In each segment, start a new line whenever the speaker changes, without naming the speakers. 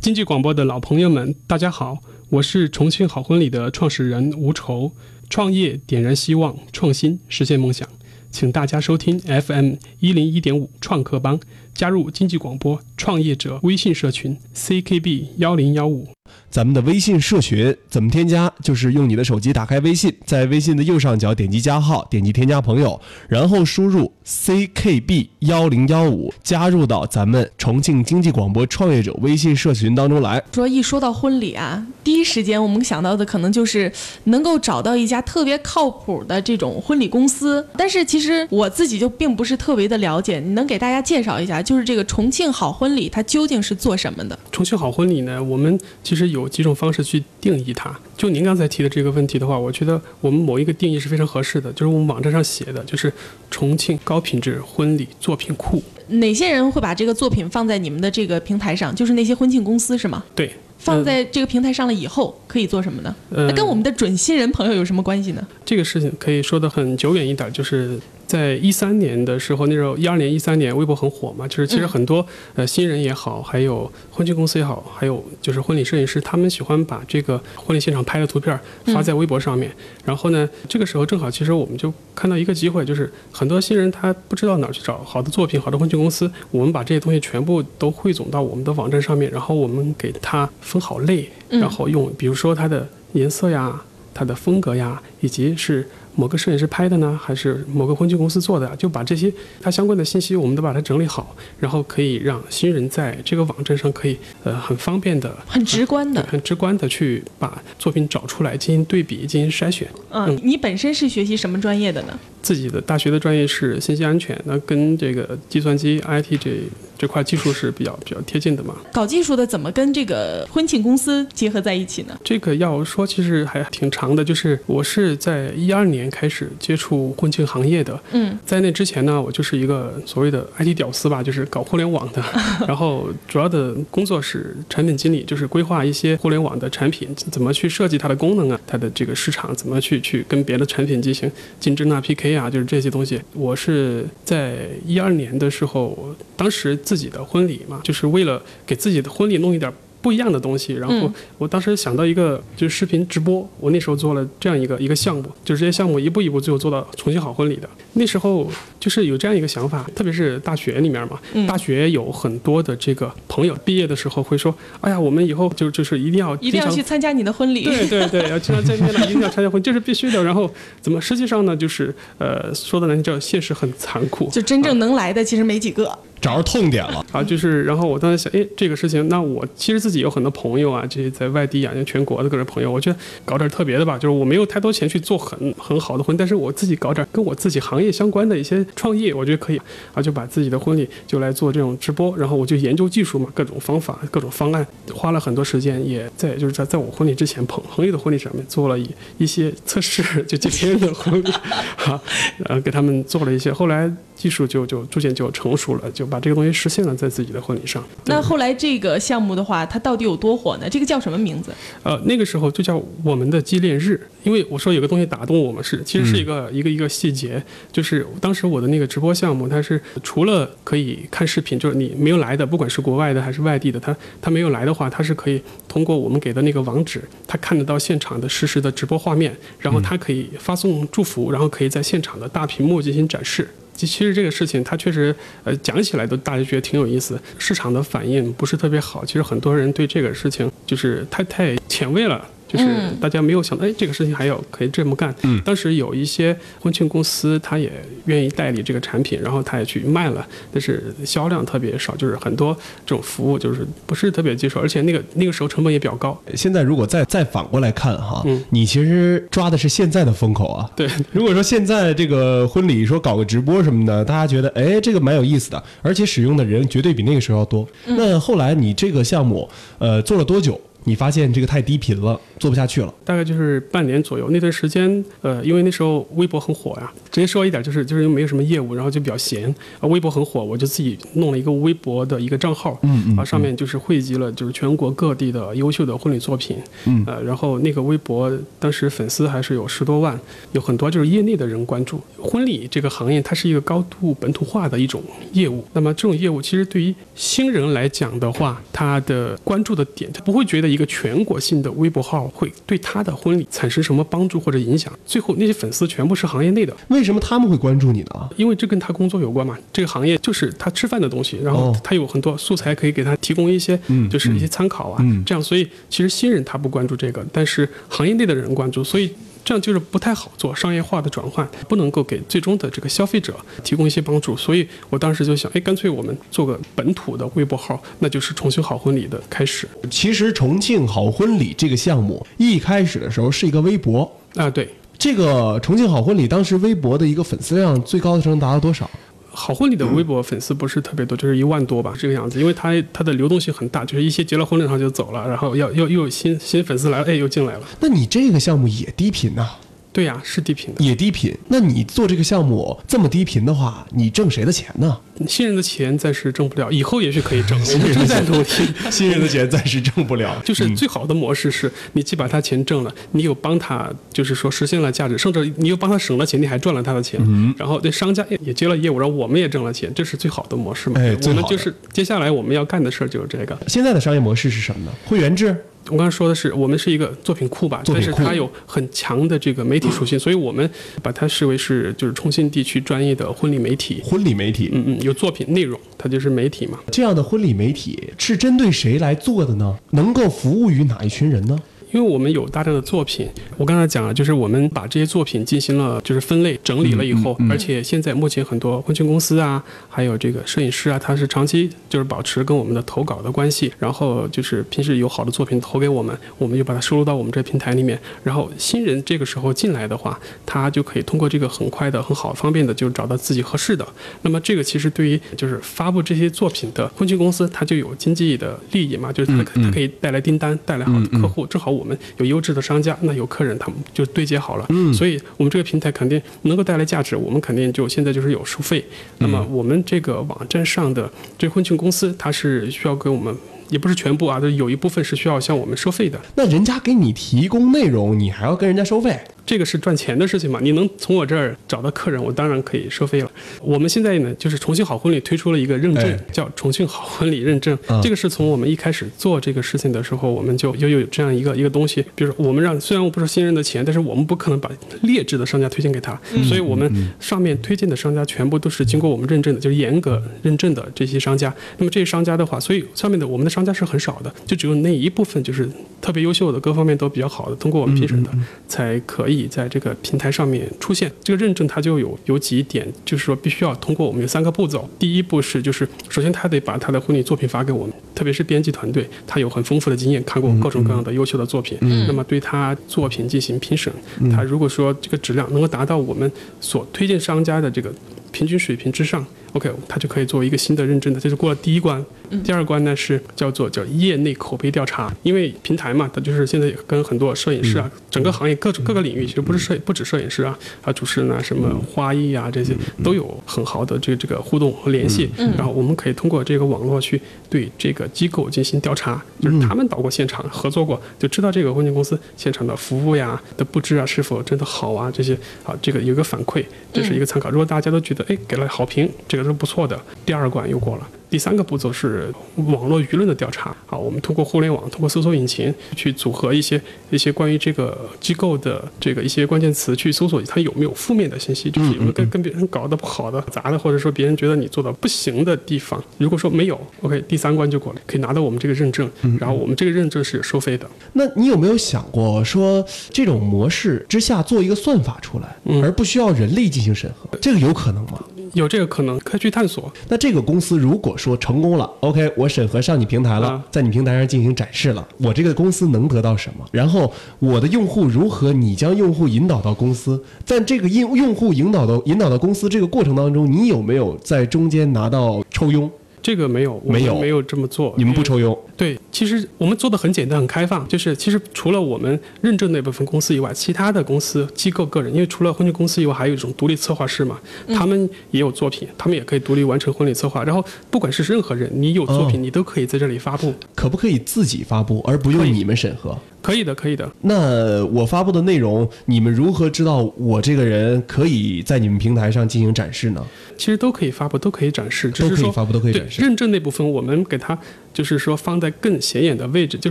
经济广播的老朋友们，大家好，我是重庆好婚礼的创始人吴愁。创业点燃希望，创新实现梦想，请大家收听 FM 一零一点五创客帮，加入经济广播创业者微信社群 CKB 幺零幺五。
咱们的微信社群怎么添加？就是用你的手机打开微信，在微信的右上角点击加号，点击添加朋友，然后输入 ckb 幺零幺五，加入到咱们重庆经济广播创业者微信社群当中来。
说一说到婚礼啊，第一时间我们想到的可能就是能够找到一家特别靠谱的这种婚礼公司，但是其实我自己就并不是特别的了解，你能给大家介绍一下，就是这个重庆好婚礼它究竟是做什么的？
重庆好婚礼呢，我们其实有几种方式去定义它。就您刚才提的这个问题的话，我觉得我们某一个定义是非常合适的，就是我们网站上写的，就是重庆高品质婚礼作品库。
哪些人会把这个作品放在你们的这个平台上？就是那些婚庆公司是吗？
对，
放在这个平台上了以后可以做什么呢？
呃
那，跟我们的准新人朋友有什么关系呢？
这个事情可以说的很久远一点，就是在一三年的时候，那时候一二年、一三年微博很火嘛，就是其实很多、呃新人也好，还有婚庆公司也好，还有就是婚礼摄影师，他们喜欢把这个婚礼现场拍的图片发在微博上面。然后呢，这个时候正好其实我们就看到一个机会，就是很多新人他不知道哪儿去找好的作品、好的婚庆公司，我们把这些东西全部都汇总到我们的网站上面，然后我们给它分好类，然后用比如说它的颜色呀。它的风格呀，以及是某个摄影师拍的呢，还是某个婚庆公司做的，就把这些它相关的信息，我们都把它整理好，然后可以让新人在这个网站上可以呃很方便的、
很直观的，
很直观的去把作品找出来进行对比、进行筛选。
嗯，你本身是学习什么专业的呢？
自己的大学的专业是信息安全，那跟这个计算机 IT 这这块技术是比较比较贴近的嘛。
搞技术的怎么跟这个婚庆公司结合在一起呢？
这个要说其实还挺长的，就是我是在一二年开始接触婚庆行业的，
嗯，
在那之前呢，我就是一个所谓的 IT 屌丝吧，就是搞互联网的，然后主要的工作是产品经理，就是规划一些互联网的产品怎么去设计它的功能啊，它的这个市场怎么去去跟别的产品进行竞争啊、PK 啊，就是这些东西。我是在一二年的时候，当时自己的婚礼嘛，就是为了给自己的婚礼弄一点。不一样的东西，然后
嗯
我当时想到一个就是视频直播，我那时候做了这样一个一个项目，就是这些项目一步一步最后做到重庆好婚礼的。那时候就是有这样一个想法，特别是大学里面嘛，
嗯
大学有很多的这个朋友毕业的时候会说，哎呀，我们以后就就是一定要
一
经
定要
常
去参加你的婚礼。
对对对，要经常见面了，一定要参加婚，这是必须的。然后怎么实际上呢，就是呃说的难听点，现实很残酷，
就真正能来的其实没几个。
找着痛点了，
啊，就是，然后我当时想，哎，这个事情，那我其实自己有很多朋友啊，这些在外地啊，就全国的各种朋友，我觉得搞点特别的吧，就是我没有太多钱去做很很好的婚，但是我自己搞点跟我自己行业相关的一些创业，我觉得可以啊，就把自己的婚礼就来做这种直播，然后我就研究技术嘛，各种方法、各种方案，花了很多时间，也在就是在在我婚礼之前，朋朋友的婚礼上面做了一一些测试，就这些人的婚礼， 哈、呃，给他们做了一些，后来技术就就逐渐就成熟了，就把这个东西实现了在自己的婚礼上。
那后来这个项目的话，它到底有多火呢？这个叫什么名字？
呃，那个时候就叫我们的纪念日，因为我说有个东西打动我们是，其实是一个、一个一个细节，就是当时我的那个直播项目，它是除了可以看视频，就是你没有来的，不管是国外的还是外地的，他他没有来的话，他是可以通过我们给的那个网址，他看得到现场的实时的直播画面，然后他可以发送祝福，然后可以在现场的大屏幕进行展示。其其实这个事情，它确实，呃，讲起来都大家觉得挺有意思。市场的反应不是特别好，其实很多人对这个事情就是太太前卫了。就是
嗯
大家没有想到，哎，这个事情还有可以这么干。嗯，当时有一些婚庆公司，他也愿意代理这个产品，然后他也去卖了，但是销量特别少，就是很多这种服务就是不是特别接受，而且那个那个时候成本也比较高。
现在如果再再反过来看哈，
嗯
你其实抓的是现在的风口啊。
对，
如果说现在这个婚礼说搞个直播什么的，大家觉得哎这个蛮有意思的，嗯而且使用的人绝对比那个时候要多。那后来你这个项目呃做了多久？你发现这个太低频了，做不下去了。
大概就是半年左右那段时间，呃，因为那时候微博很火呀，直接说一点就是就是因为没有什么业务，然后就比较闲啊，微博很火，我就自己弄了一个微博的一个账号，
嗯嗯
啊，上面就是汇集了就是全国各地的优秀的婚礼作品，嗯，呃，然后那个微博当时粉丝还是有十多万，有很多就是业内的人关注婚礼这个行业，它是一个高度本土化的一种业务。那么这种业务其实对于新人来讲的话，他的关注的点，他不会觉得一个全国性的微博号会对他的婚礼产生什么帮助或者影响。最后那些粉丝全部是行业内的，
为什么他们会关注你呢？
因为这跟他工作有关嘛，这个行业就是他吃饭的东西，然后
哦
他有很多素材可以给他提供一些，
嗯
就是一些参考啊，
嗯
这样，所以其实新人他不关注这个，但是行业内的人关注，所以。这样就是不太好做商业化的转换，不能够给最终的这个消费者提供一些帮助，所以我当时就想，哎，干脆我们做个本土的微博号，那就是重修好婚礼的开始
其实重庆好婚礼这个项目一开始的时候是一个微博，
啊。对，
这个重庆好婚礼当时微博的一个粉丝量最高的时候能达到多少？
好婚礼的
嗯
微博粉丝不是特别多，就是一万多吧，这个样子，因为它它的流动性很大，就是一些结了婚然后就走了，然后要又又有新新粉丝来了，哎，又进来了。
那你这个项目也低频呐、
对呀、是低频的。
也低频。那你做这个项目这么低频的话，你挣谁的钱呢？
新人的钱暂时挣不了，以后也许可以挣， 我们正在努力。
新人的钱暂时挣不了。 嗯
就是最好的模式是，你既把他钱挣了，你有帮他，就是说实现了价值，甚至你又帮他省了钱，你还赚了他的钱，
嗯
然后对商家也也接了业务，然后我们也挣了钱，这是最好的模式嘛？
哎
我
最好
们
的
就是接下来我们要干的事儿就是这个。
现在的商业模式是什么呢？会员制，
我刚才说的是，我们是一个作品库吧，
作
但
品
是
库
它有很强的这个媒体属性，所以我们把它视为是就是重庆地区专业的婚礼媒体。
婚礼媒体
嗯嗯，有作品内容，它就是媒体嘛。
这样的婚礼媒体是针对谁来做的呢？能够服务于哪一群人呢？
因为我们有大量的作品，我刚才讲了，就是我们把这些作品进行了就是分类整理了以后，而且现在目前很多婚庆公司啊，还有这个摄影师啊，他是长期就是保持跟我们的投稿的关系，然后就是平时有好的作品投给我们，我们就把它收录到我们这平台里面。然后新人这个时候进来的话，他就可以通过这个很快的、很好、方便的就找到自己合适的。那么这个其实对于就是发布这些作品的婚庆公司，它就有经济的利益嘛，就是它它可以带来订单，带来好的客户。正好我们有优质的商家，那有客人，他们就对接好了。所以我们这个平台肯定能够带来价值，我们肯定就现在就是有收费。那么我们这个网站上的这婚庆公司，它是需要给我们。也不是全部啊，就有一部分是需要向我们收费的，
那人家给你提供内容，你还要跟人家收费？
这个是赚钱的事情嘛？你能从我这儿找到客人，我当然可以收费了。我们现在呢，就是重庆好婚礼推出了一个认证，
哎
叫重庆好婚礼认证。
嗯
这个是从我们一开始做这个事情的时候，我们就又有这样一个一个东西。比如说，我们让虽然我不收新人的钱，但是我们不可能把劣质的商家推荐给他，
嗯
所以我们上面推荐的商家全部都是经过我们认证的，就是严格认证的这些商家。那么这些商家的话，所以上面的我们的商家是很少的，就只有那一部分就是特别优秀的，各方面都比较好的，通过我们评审的，才可以在这个平台上面出现。这个认证它就有有几点，就是说必须要通过我们有三个步骤。第一步是就是首先他得把他的婚礼作品发给我们，特别是编辑团队，他有很丰富的经验，看过各种各样的优秀的作品，那么对他作品进行评审，他如果说这个质量能够达到我们所推荐商家的这个平均水平之上，OK，它就可以作为一个新的认证的，这是过了第一关。第二关呢是叫做叫业内口碑调查，因为平台嘛，它就是现在跟很多摄影师啊，整个行业各种各个领域，其实不是摄不止摄影师啊，啊主持人啊，什么花艺啊这些都有很好的这这个互动和联系。然后我们可以通过这个网络去对这个机构进行调查，就是他们到过现场合作过，就知道这个婚庆公司现场的服务呀的布置啊是否真的好啊这些啊这个有一个反馈，这是一个参考。如果大家都觉得哎给了好评，这个是不错的，第二关又过了。第三个步骤是网络舆论的调查啊，我们通过互联网，通过搜索引擎去组合一些一些关于这个机构的这个一些关键词去搜索它有没有负面的信息，
嗯
就是有没有跟跟别人搞得不好的、砸的，或者说别人觉得你做的不行的地方。如果说没有，OK，第三关就过了，可以拿到我们这个认证，
嗯
然后我们这个认证是收费的。
那你有没有想过说，这种模式之下做一个算法出来，
嗯
而不需要人力进行审核，这个有可能吗？
有这个可能，可以去探索。
那这个公司如果说成功了，OK，我审核上你平台了
啊，
在你平台上进行展示了，我这个公司能得到什么？然后我的用户如何？你将用户引导到公司，在这个用用户引导到引导到公司这个过程当中，你有没有在中间拿到抽佣？
这个没有，我们
没有
没有这么做。
你们
因
不
为
抽佣，
对，其实我们做的很简单、很开放，就是其实除了我们认证那部分公司以外，其他的公司、机构、个人，因为除了婚庆公司以外，还有一种独立策划师嘛，他们也有作品，他们也可以独立完成婚礼策划。然后不管是任何人，你有作品，
哦
你都可以在这里发布。
可不可以自己发布，而不用你们审核？
可以的，可以的。
那我发布的内容，你们如何知道我这个人可以在你们平台上进行展示呢？
其实都可以发布，都可以展示，只
都
是
可以
说
发布，都可以
对
展示。
认证那部分，我们给它就是说放在更显眼的位置，就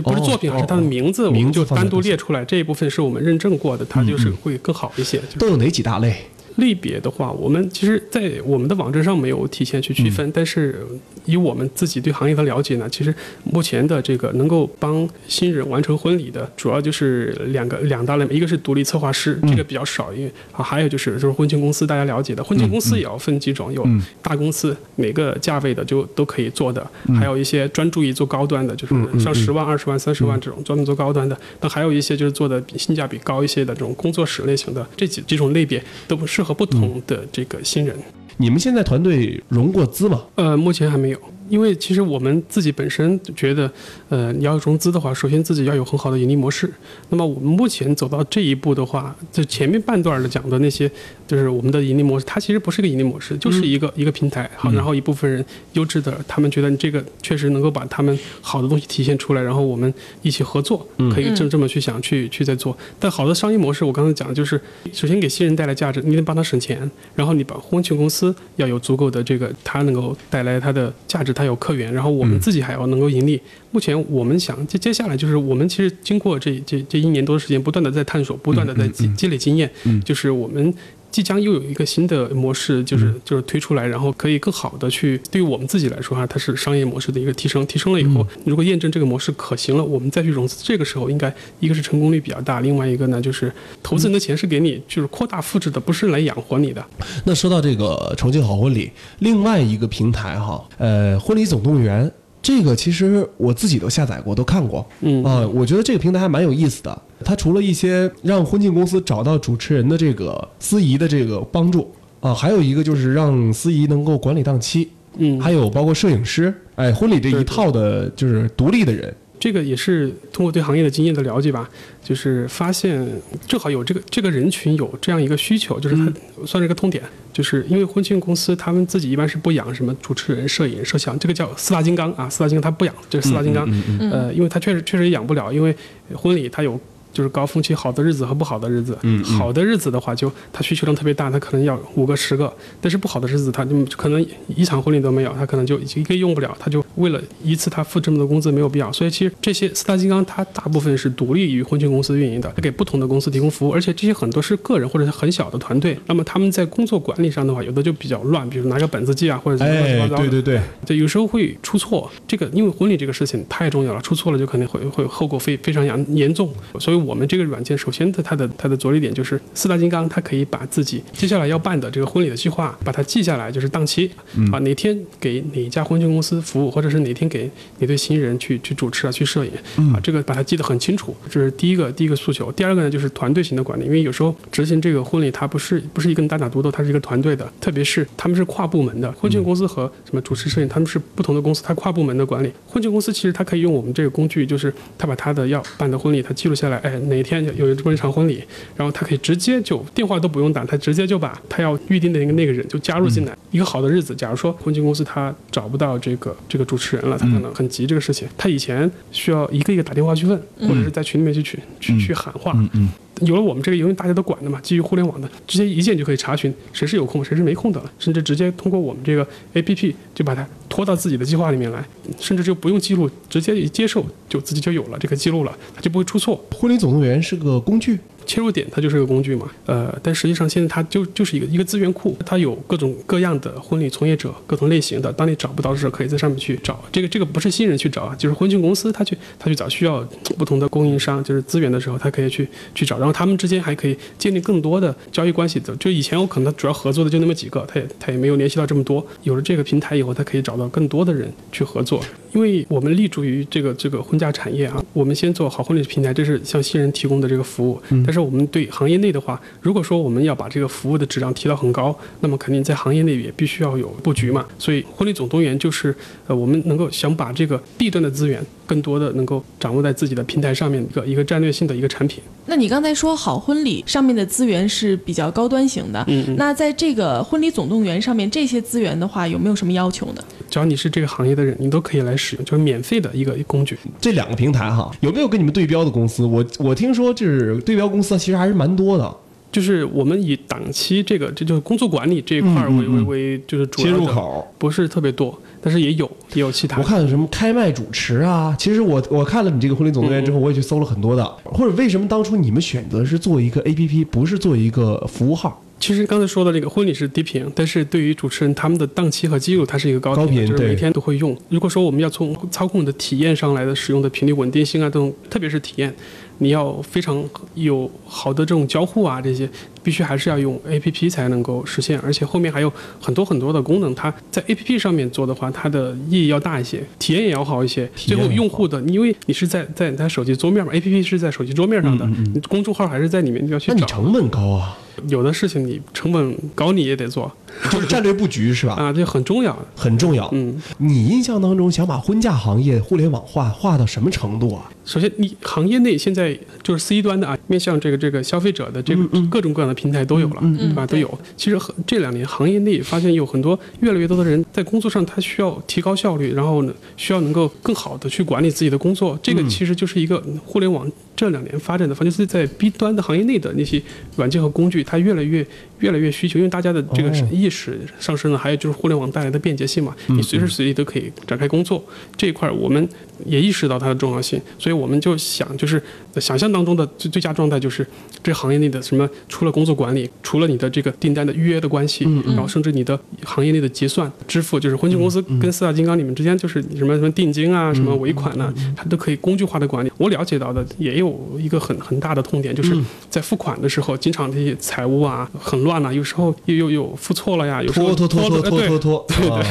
不是
哦
作品，而
哦
是它的名字，我
名
们
字
就
放在嗯
单独
更
列出来。这一部分是我们认证过的，它就是会更好一些。就是
都有哪几大类？
类别的话，我们其实，在我们的网站上没有提前去区分，但是以我们自己对行业的了解呢，其实目前的这个能够帮新人完成婚礼的，主要就是两个两大类，一个是独立策划师，这个比较少，因为啊，还有就是就是婚庆公司，大家了解的，婚庆公司也要分几种，有大公司哪个价位的就都可以做的，还有一些专注于做高端的，就是上十万、二十万、三十万这种专门做高端的，那还有一些就是做的比性价比高一些的这种工作室类型的，这几这种类别都不适合不同的这个新人。
你们现在团队融过资吗？
呃，目前还没有，因为其实我们自己本身觉得，呃，你要融资的话，首先自己要有很好的盈利模式。那么我们目前走到这一步的话，就前面半段的讲的那些，就是我们的盈利模式，它其实不是一个盈利模式，就是一个、一个平台。好，然后一部分人优质的，他们觉得你这个确实能够把他们好的东西体现出来，然后我们一起合作，可以这这么去想去去再做。但好的商业模式，我刚才讲的就是，首先给新人带来价值，你得帮他省钱，然后你把婚庆公司要有足够的这个，它能够带来它的价值，它有客源，然后我们自己还要能够盈利。目前我们想，接接下来就是我们其实经过这这这一年多的时间，不断的在探索，不断的在积积累经验，就是我们。即将又有一个新的模式，就是就是推出来，然后可以更好的去对于我们自己来说哈，它是商业模式的一个提升。提升了以后，如果验证这个模式可行了，我们再去融资，这个时候应该一个是成功率比较大，另外一个呢就是投资人的钱是给你就是扩大复制的，不是来养活你的。
那说到这个重庆好婚礼，另外一个平台哈，呃，婚礼总动员这个其实我自己都下载过，都看过，
嗯
啊、我觉得这个平台还蛮有意思的。它除了一些让婚庆公司找到主持人的这个司仪的这个帮助啊、还有一个就是让司仪能够管理档期，
嗯，
还有包括摄影师，哎，婚礼这一
对对
套的就是独立的人，
这个也是通过对行业的经验的了解吧，就是发现正好有这个这个人群有这样一个需求，就是它算是一个痛点，就是因为婚庆公司他们自己一般是不养什么主持人、摄影、摄像，这个叫四大金刚啊，四大金刚他不养，这是四大金刚，呃，因为他确实确实也养不了，因为婚礼它有。就是高峰期，好的日子和不好的日子。嗯，好的日子的话就，它需求量特别大，它可能要五个、十个；但是不好的日子，它就可能一场婚礼都没有，它可能就一个也用不了，它就为了一次它付这么多工资没有必要。所以其实这些四大金刚，它大部分是独立于婚庆公司运营的，它给不同的公司提供服务，而且这些很多是个人或者是很小的团队。那么他们在工作管理上的话，有的就比较乱，比如拿个本子记啊，或者是乱七八
哎，
糟的。
对对对，
对，有时候会出错。这个因为婚礼这个事情太重要了，出错了就肯定会会后果非非常严严重。所以我们这个软件，首先它它的它的着力点就是四大金刚，它可以把自己接下来要办的这个婚礼的计划，把它记下来，就是档期、啊，哪天给哪一家婚庆公司服务，或者是哪天给哪对新人去去主持啊，去摄影啊，这个把它记得很清楚。这是第一个第一个诉求。第二个呢，就是团队型的管理，因为有时候执行这个婚礼，它不是不是一个人单打独斗，它是一个团队的，特别是他们是跨部门的，婚庆公司和什么主持摄影，他们是不同的公司，它跨部门的管理。婚庆公司其实它可以用我们这个工具，就是它把它的要办的婚礼，它记录下来，哎，哪天有有这么一场婚礼，然后他可以直接就电话都不用打，他直接就把他要预定的那个那个人就加入进来。
嗯
一个好的日子，假如说婚庆公司他找不到这个这个主持
嗯
人了，他可能很急这个事情，他以前需要一个一个打电话去问，或者是在群里面去去去去喊话。
嗯
有了我们这个，因为大家都管的嘛，基于互联网的，直接一键就可以查询谁是有空，谁是没空的了，甚至直接通过我们这个 APP 就把它拖到自己的计划里面来，甚至就不用记录，直接一接受就自己就有了这个记录了，它就不会出错。
婚礼总动员是个工具，
切入点它就是个工具嘛，呃，但实际上现在它就就是一个一个资源库，它有各种各样的婚礼从业者，各种类型的。当你找不到的时候，可以在上面去找。这个这个不是新人去找啊，就是婚庆公司他去他去找需要不同的供应商，就是资源的时候，他可以去去找，然后他们之间还可以建立更多的交易关系的。就以前我可能主要合作的就那么几个，他也他也没有联系到这么多。有了这个平台以后，他可以找到更多的人去合作。因为我们立足于这个这个婚嫁产业啊，我们先做好婚礼平台，这是向新人提供的这个服务。但是是我们对行业内的话，如果说我们要把这个服务的质量提到很高，那么肯定在行业内也必须要有布局嘛。所以婚礼总动员就是呃，我们能够想把这个地段的资源更多的能够掌握在自己的平台上面，一个一个战略性的一个产品。
那你刚才说好婚礼上面的资源是比较高端型的，啊
嗯
那在这个婚礼总动员上面这些资源的话，有没有什么要求呢？
只要你是这个行业的人，你都可以来使用，就是免费的一个工具。
这两个平台哈，有没有跟你们对标的公司？我我听说就是对标公司其实还是蛮多的。
就是我们以档期这个，这就是工作管理这一块儿
嗯嗯
为为
嗯
为就是主
切
要的
入口，
不是特别多，但是也有也有其他
我。看有什么开麦主持啊，其实我我看了你这个婚礼
嗯
总动员之后，我也去搜了很多的。或者为什么当初你们选择是做一个 APP，不是做一个服务号？
其实刚才说的这个婚礼是低频，但是对于主持人他们的档期和记录，它是一个高
高频
就是
对
每天都会用。如果说我们要从操控的体验上来的使用的频率稳定性啊，这种特别是体验，你要非常有好的这种交互啊，这些必须还是要用 A P P 才能够实现，而且后面还有很多很多的功能，它在 A P P 上面做的话，它的意义要大一些，体验也要好一些。
体验
最后用户的，因为你是在在你的手机桌面嘛，A P P 是在手机桌面上的，你公众号还是在里面，你要去
嗯那你
找。
成本高 啊，
有的事情你成本高你也得做
就是战略布局是吧？
啊，这很重要。
很重要。
嗯，
你印象当中想把婚嫁行业互联网化化到什么程度啊？
首先你行业内现在就是 C 端的啊，面向这个这个消费者的这个各种各样的平台都有了，
嗯
对吧？
嗯
都有。其实很这两年行业内发现有很多越来越多的人在工作上他需要提高效率，然后呢需要能够更好的去管理自己的工作，这个
嗯
其实就是一个互联网这两年发展的方向，就是在 B 端的行业内的那些软件和工具，它越来越越来越需求，因为大家的这个
哦
意识上升了，还有就是互联网带来的便捷性嘛，你随时随地都可以展开工作这一块，我们也意识到它的重要性，所以我们就想，就是呃想象当中的最最佳状态就是这行业内的什么，除了工作管理，除了你的这个订单的预约的关系，然后甚至你的行业内的结算、支付，就是婚庆公司跟四大金刚你们之间就是什么什么定金啊、什么尾款呐、它都可以工具化的管理。我了解到的也有一个很很大的痛点，就是在付款的时候，经常这些财务啊很乱呐、有时候又又有付错了呀，有时候
拖拖拖拖
的
拖
对
拖拖，啊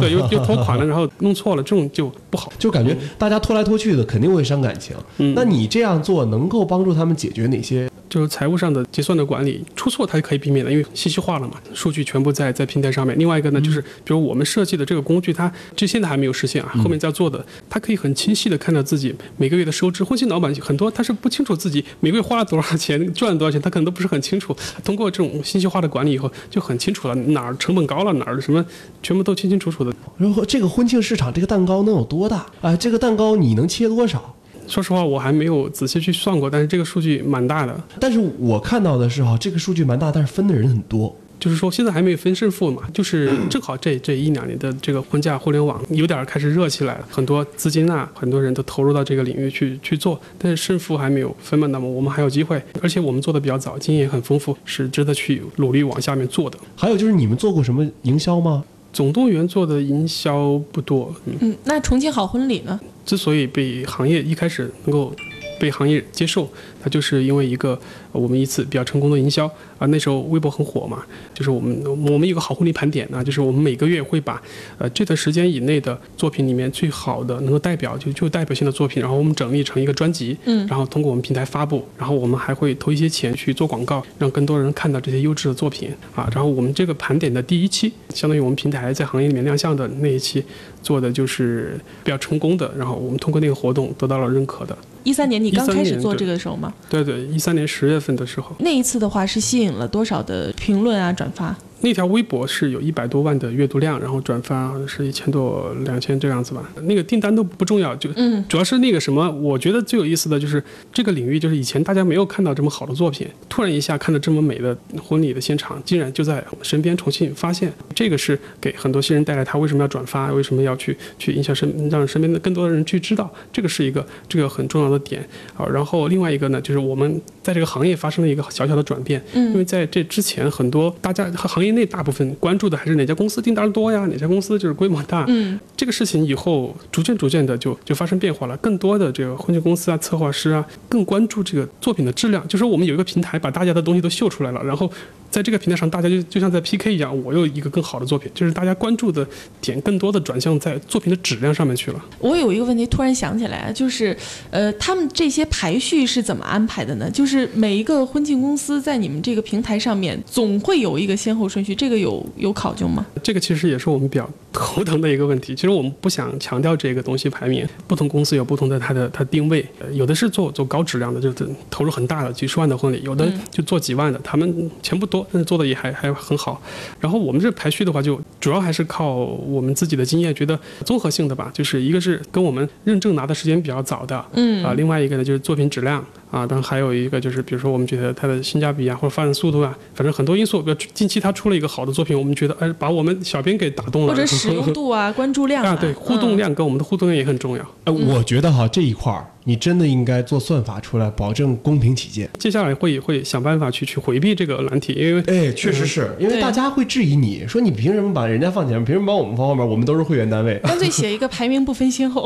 对，又又拖款了，然后弄错了，这种就不好。
就感觉大家拖来拖去的，肯定会伤感情。
嗯
那你这样做能够帮助他们解决哪些？
就是财务上的结算的管理出错，它是可以避免的，因为信息化了嘛，数据全部在在平台上面。另外一个呢，就是比如我们设计的这个工具，它这现在还没有实现啊，后面在做的，它可以很清晰的看到自己每个月的收支。婚庆老板很多他是不清楚自己每个月花了多少钱，赚了多少钱，他可能都不是很清楚。通过这种信息化的管理以后，就很清楚了哪儿成本高了，哪儿什么，全部都清清楚楚的。
然后这个婚庆市场这个蛋糕能有多大啊、这个蛋糕你能切多少？
说实话，我还没有仔细去算过，但是这个数据蛮大的。
但是我看到的是哈，这个数据蛮大，但是分的人很多。
就是说现在还没有分胜负嘛，就是正好这这一两年的这个婚嫁互联网有点儿开始热起来了，很多资金啊，很多人都投入到这个领域去去做，但是胜负还没有分嘛，那么我们还有机会，而且我们做的比较早，经验也很丰富，是值得去努力往下面做的。
还有就是你们做过什么营销吗？
总动员做的营销不多，嗯，
嗯，那重庆好婚礼呢？
之所以被行业一开始能够被行业接受，它就是因为一个呃我们一次比较成功的营销啊，那时候微博很火嘛，就是我们我们有个好婚礼盘点啊，就是我们每个月会把呃这段时间以内的作品里面最好的能够代表就就代表性的作品，然后我们整理成一个专辑，
嗯
然后通过我们平台发布，然后我们还会投一些钱去做广告，让更多人看到这些优质的作品啊。然后我们这个盘点的第一期，相当于我们平台在行业里面亮相的那一期，做的就是比较成功的，然后我们通过那个活动得到了认可的。
一三年你刚
13
开始
年
做
对
这个的时候吗？
对对，一三年十月份的时候，
那一次的话是吸引了多少的评论啊、转发？
那条微博是有一百多万的阅读量，然后转发好像是一千多、两千这样子吧。那个订单都不重要，就
嗯，
主要是那个什么，我觉得最有意思的就是这个领域，就是以前大家没有看到这么好的作品，突然一下看到这么美的婚礼的现场，竟然就在我们身边重庆发现，这个是给很多新人带来他为什么要转发，为什么要去去影响身，让身边的更多的人去知道，这个是一个这个很重要的点啊。然后另外一个呢，就是我们在这个行业发生了一个小小的转
嗯
变，因为在这之前，很多大家行业内大部分关注的还是哪家公司订单多呀，哪家公司就是规模大，
嗯，
这个事情以后逐渐逐渐的就就发生变化了，更多的这个婚庆公司啊、策划师啊，更关注这个作品的质量。就是我们有一个平台，把大家的东西都秀出来了，然后在这个平台上，大家就就像在 PK 一样，我有一个更好的作品，就是大家关注的点更多的转向在作品的质量上面去了。
我有一个问题突然想起来，就是呃，他们这些排序是怎么安排的呢？就是每一个婚庆公司在你们这个平台上面总会有一个先后顺序，这个有有考究吗？
这个其实也是我们比较头疼的一个问题。其实我们不想强调这个东西排名，不同公司有不同的它的它定位，呃有的是做做高质量的，就是投入很大的几十万的婚礼，有的就做几万的，他们钱不多，但嗯是做的也还还很好。然后我们这排序的话，就主要还是靠我们自己的经验，觉得综合性的吧，就是一个是跟我们认证拿的时间比较早的，嗯啊，另外一个呢就是作品质量啊，当然还有一个就是比如说我们觉得它的性价比啊或者发展速度啊，反正很多因素。比如近期它出了一个好的作品，我们觉得哎把我们小编给打动了，
或者 使用度啊、关注量
啊对互动
嗯
量跟我们的互动量也很重要。
哎，我觉得哈这一块儿，你真的应该做算法出来，保证公平起见。
接下来会会想办法去去回避这个难题，因为
哎，确实是因为
对
大家会质疑你说你凭什么把人家放前面，凭什么把我们放后面？我们都是会员单位
嗯，干脆写一个排名不分先 后。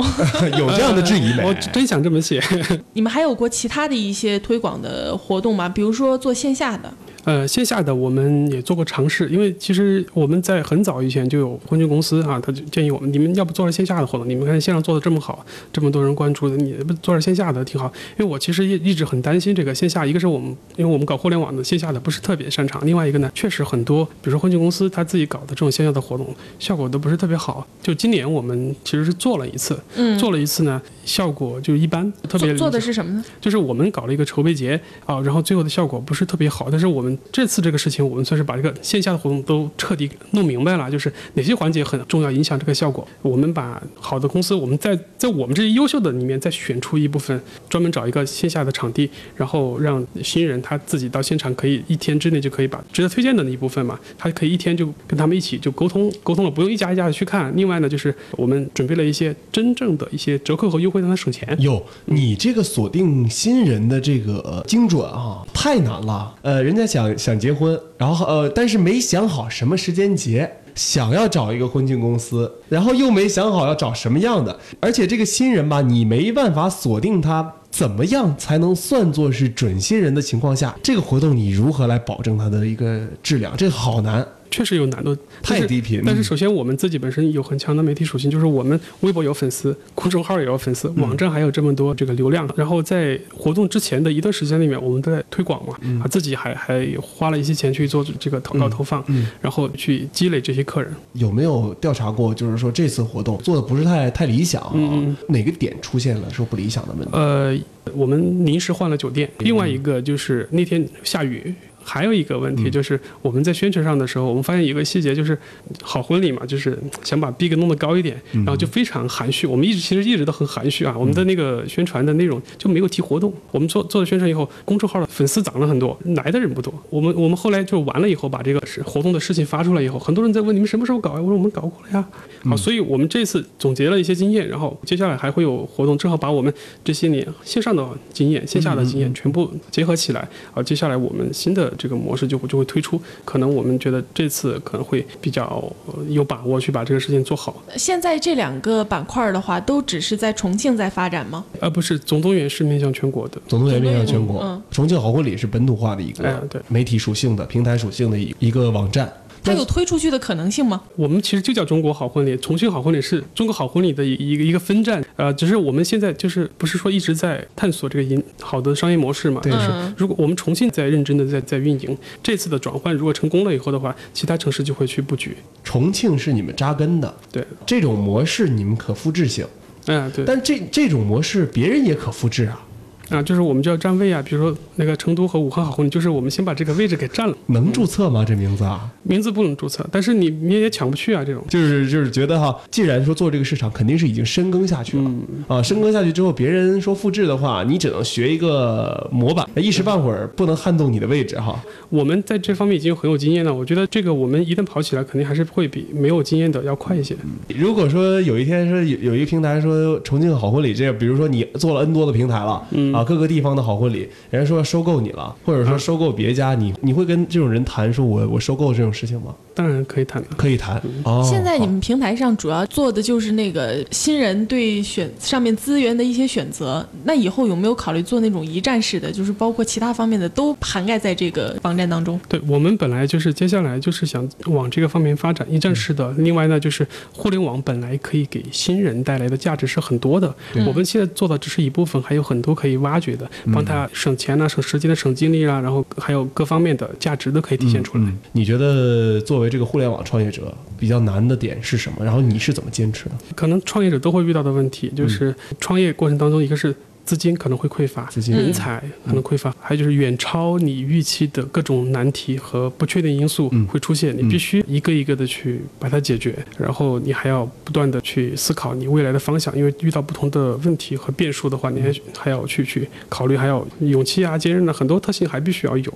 有这样的质疑没？
我真想这么写。
你们还有过其他的一些推广的活动吗？比如说做线下的，
呃，线下的我们也做过尝试，因为其实我们在很早以前就有婚庆公司啊，他就建议我们，你们要不做点线下的活动？你们看线上做的这么好，这么多人关注的，你不做点线下的挺好。因为我其实一一直很担心这个线下，一个是我们因为我们搞互联网的线下的不是特别擅长，另外一个呢，确实很多，比如说婚庆公司他自己搞的这种线下的活动，效果都不是特别好。就今年我们其实是做了一次，
嗯，
做了一次呢，效果就一般，特别
做做
理
的
想
是什么呢？
就是我们搞了一个筹备节啊，然后最后的效果不是特别好，但是我们这次这个事情，我们算是把这个线下的活动都彻底弄明白了，就是哪些环节很重要，影响这个效果。我们把好的公司，我们在在我们这些优秀的里面再选出一部分，专门找一个线下的场地，然后让新人他自己到现场可以一天之内就可以把值得推荐的那一部分嘛，他可以一天就跟他们一起就沟通沟通了，不用一家一家的去看。另外呢，就是我们准备了一些真正的一些折扣和优惠，让他省钱。
有，你这个锁定新人的这个呃精准啊，太难了。呃，人家想想结婚，然后呃，但是没想好什么时间结，想要找一个婚庆公司，然后又没想好要找什么样的，而且这个新人吧，你没办法锁定他。怎么样才能算作是准新人的情况下，这个活动你如何来保证它的一个质量？这个好难。
确实有难度，但
太
是
低频嗯
但是首先我们自己本身有很强的媒体属性，就是我们微博有粉丝，公众号也有粉丝，
嗯
网站还有这么多这个流量。然后在活动之前的一段时间里面，我们都在推广嘛，
嗯
啊，自己还还花了一些钱去做这个广告投放，
嗯
然后去积累这些客人。
有没有调查过？就是说这次活动做的不是太太理想啊，哪个点出现了说不理想的问题？
呃，我们临时换了酒店，另外一个就是那天下雨。还有一个问题就是，我们在宣传上的时候，我们发现一个细节，就是好婚礼嘛，就是想把逼格弄得高一点，然后就非常含蓄。我们一直其实一直都很含蓄啊，我们的那个宣传的内容就没有提活动。我们做做了宣传以后，公众号的粉丝涨了很多，来的人不多。我们我们后来就完了以后，把这个事活动的事情发出来以后，很多人在问你们什么时候搞呀？我说我们搞过了呀。好，所以我们这次总结了一些经验，然后接下来还会有活动，正好把我们这些年线上的经验、线下的经验全部结合起来啊。接下来我们新的这个模式就会就会推出，可能我们觉得这次可能会比较呃有把握去把这个事情做好，
现在这两个板块儿的话，都只是在重庆在发展吗？
而不是总动员是面向全国的。
总动员面向全国，
嗯
重庆好婚礼是本土化的一
哎
个
对
媒体属性的、平台属性的一一个网站。
它有推出去的可能性吗？
我们其实就叫中国好婚礼，重庆好婚礼是中国好婚礼的一一个一个分站，呃，只是我们现在就是不是说一直在探索这个营好的商业模式嘛？
对
就是
嗯
如果我们重庆在认真的在在运营，这次的转换如果成功了以后的话，其他城市就会去布局。
重庆是你们扎根的，
对，
这种模式你们可复制性，
嗯、对，啊、
但这这种模式别人也可复制啊，
就是我们就要占位啊，比如说那个成都和武汉好婚礼，就是我们先把这个位置给占了，
能注册吗？这名字啊，
名字不能注册，但是你你也抢不去啊，这种。
就是就是觉得哈，既然说做这个市场，肯定是已经深耕下去了、啊。深耕下去之后，别人说复制的话，你只能学一个模板，哎一时半会儿不能撼动你的位置哈。
我们在这方面已经很有经验了，我觉得这个我们一旦跑起来，肯定还是会比没有经验的要快一些。
如果说有一天说有有一个平台说重庆好婚礼这样，比如说你做了 N 多的平台了，
嗯
啊，各个地方的好婚礼，人家说收购你了，或者说收购别家，你你会跟这种人谈说我我收购这种事情吗？
当然可以谈的。
可以谈哦。
嗯现在你
好
们平台上主要做的就是那个新人对选上面资源的一些选择。那以后有没有考虑做那种一站式的，就是包括其他方面的都涵盖在这个网站当中？
对我们本来就是接下来就是想往这个方面发展，
嗯
一站式的。另外呢，就是互联网本来可以给新人带来的价值是很多的，
对嗯
我们现在做的只是一部分，还有很多可以挖掘的，帮他省钱啊、省时间的、省精力啊，然后还有各方面的价值都可以体现出来。
嗯嗯你觉得作为这个互联网创业者比较难的点是什么？然后你是怎么坚持的？
可能创业者都会遇到的问题，
嗯
就是创业过程当中，一个是资金可能会匮乏，
资金
嗯
人才可能匮乏，还有就是远超你预期的各种难题和不确定因素
嗯
会出现，你
嗯
必须一个一个的去把它解决，然后你还要不断的去思考你未来的方向，因为遇到不同的问题和变数的话，你还还要去去考虑，还要勇气啊、坚韧啊，很多特性还必须要有。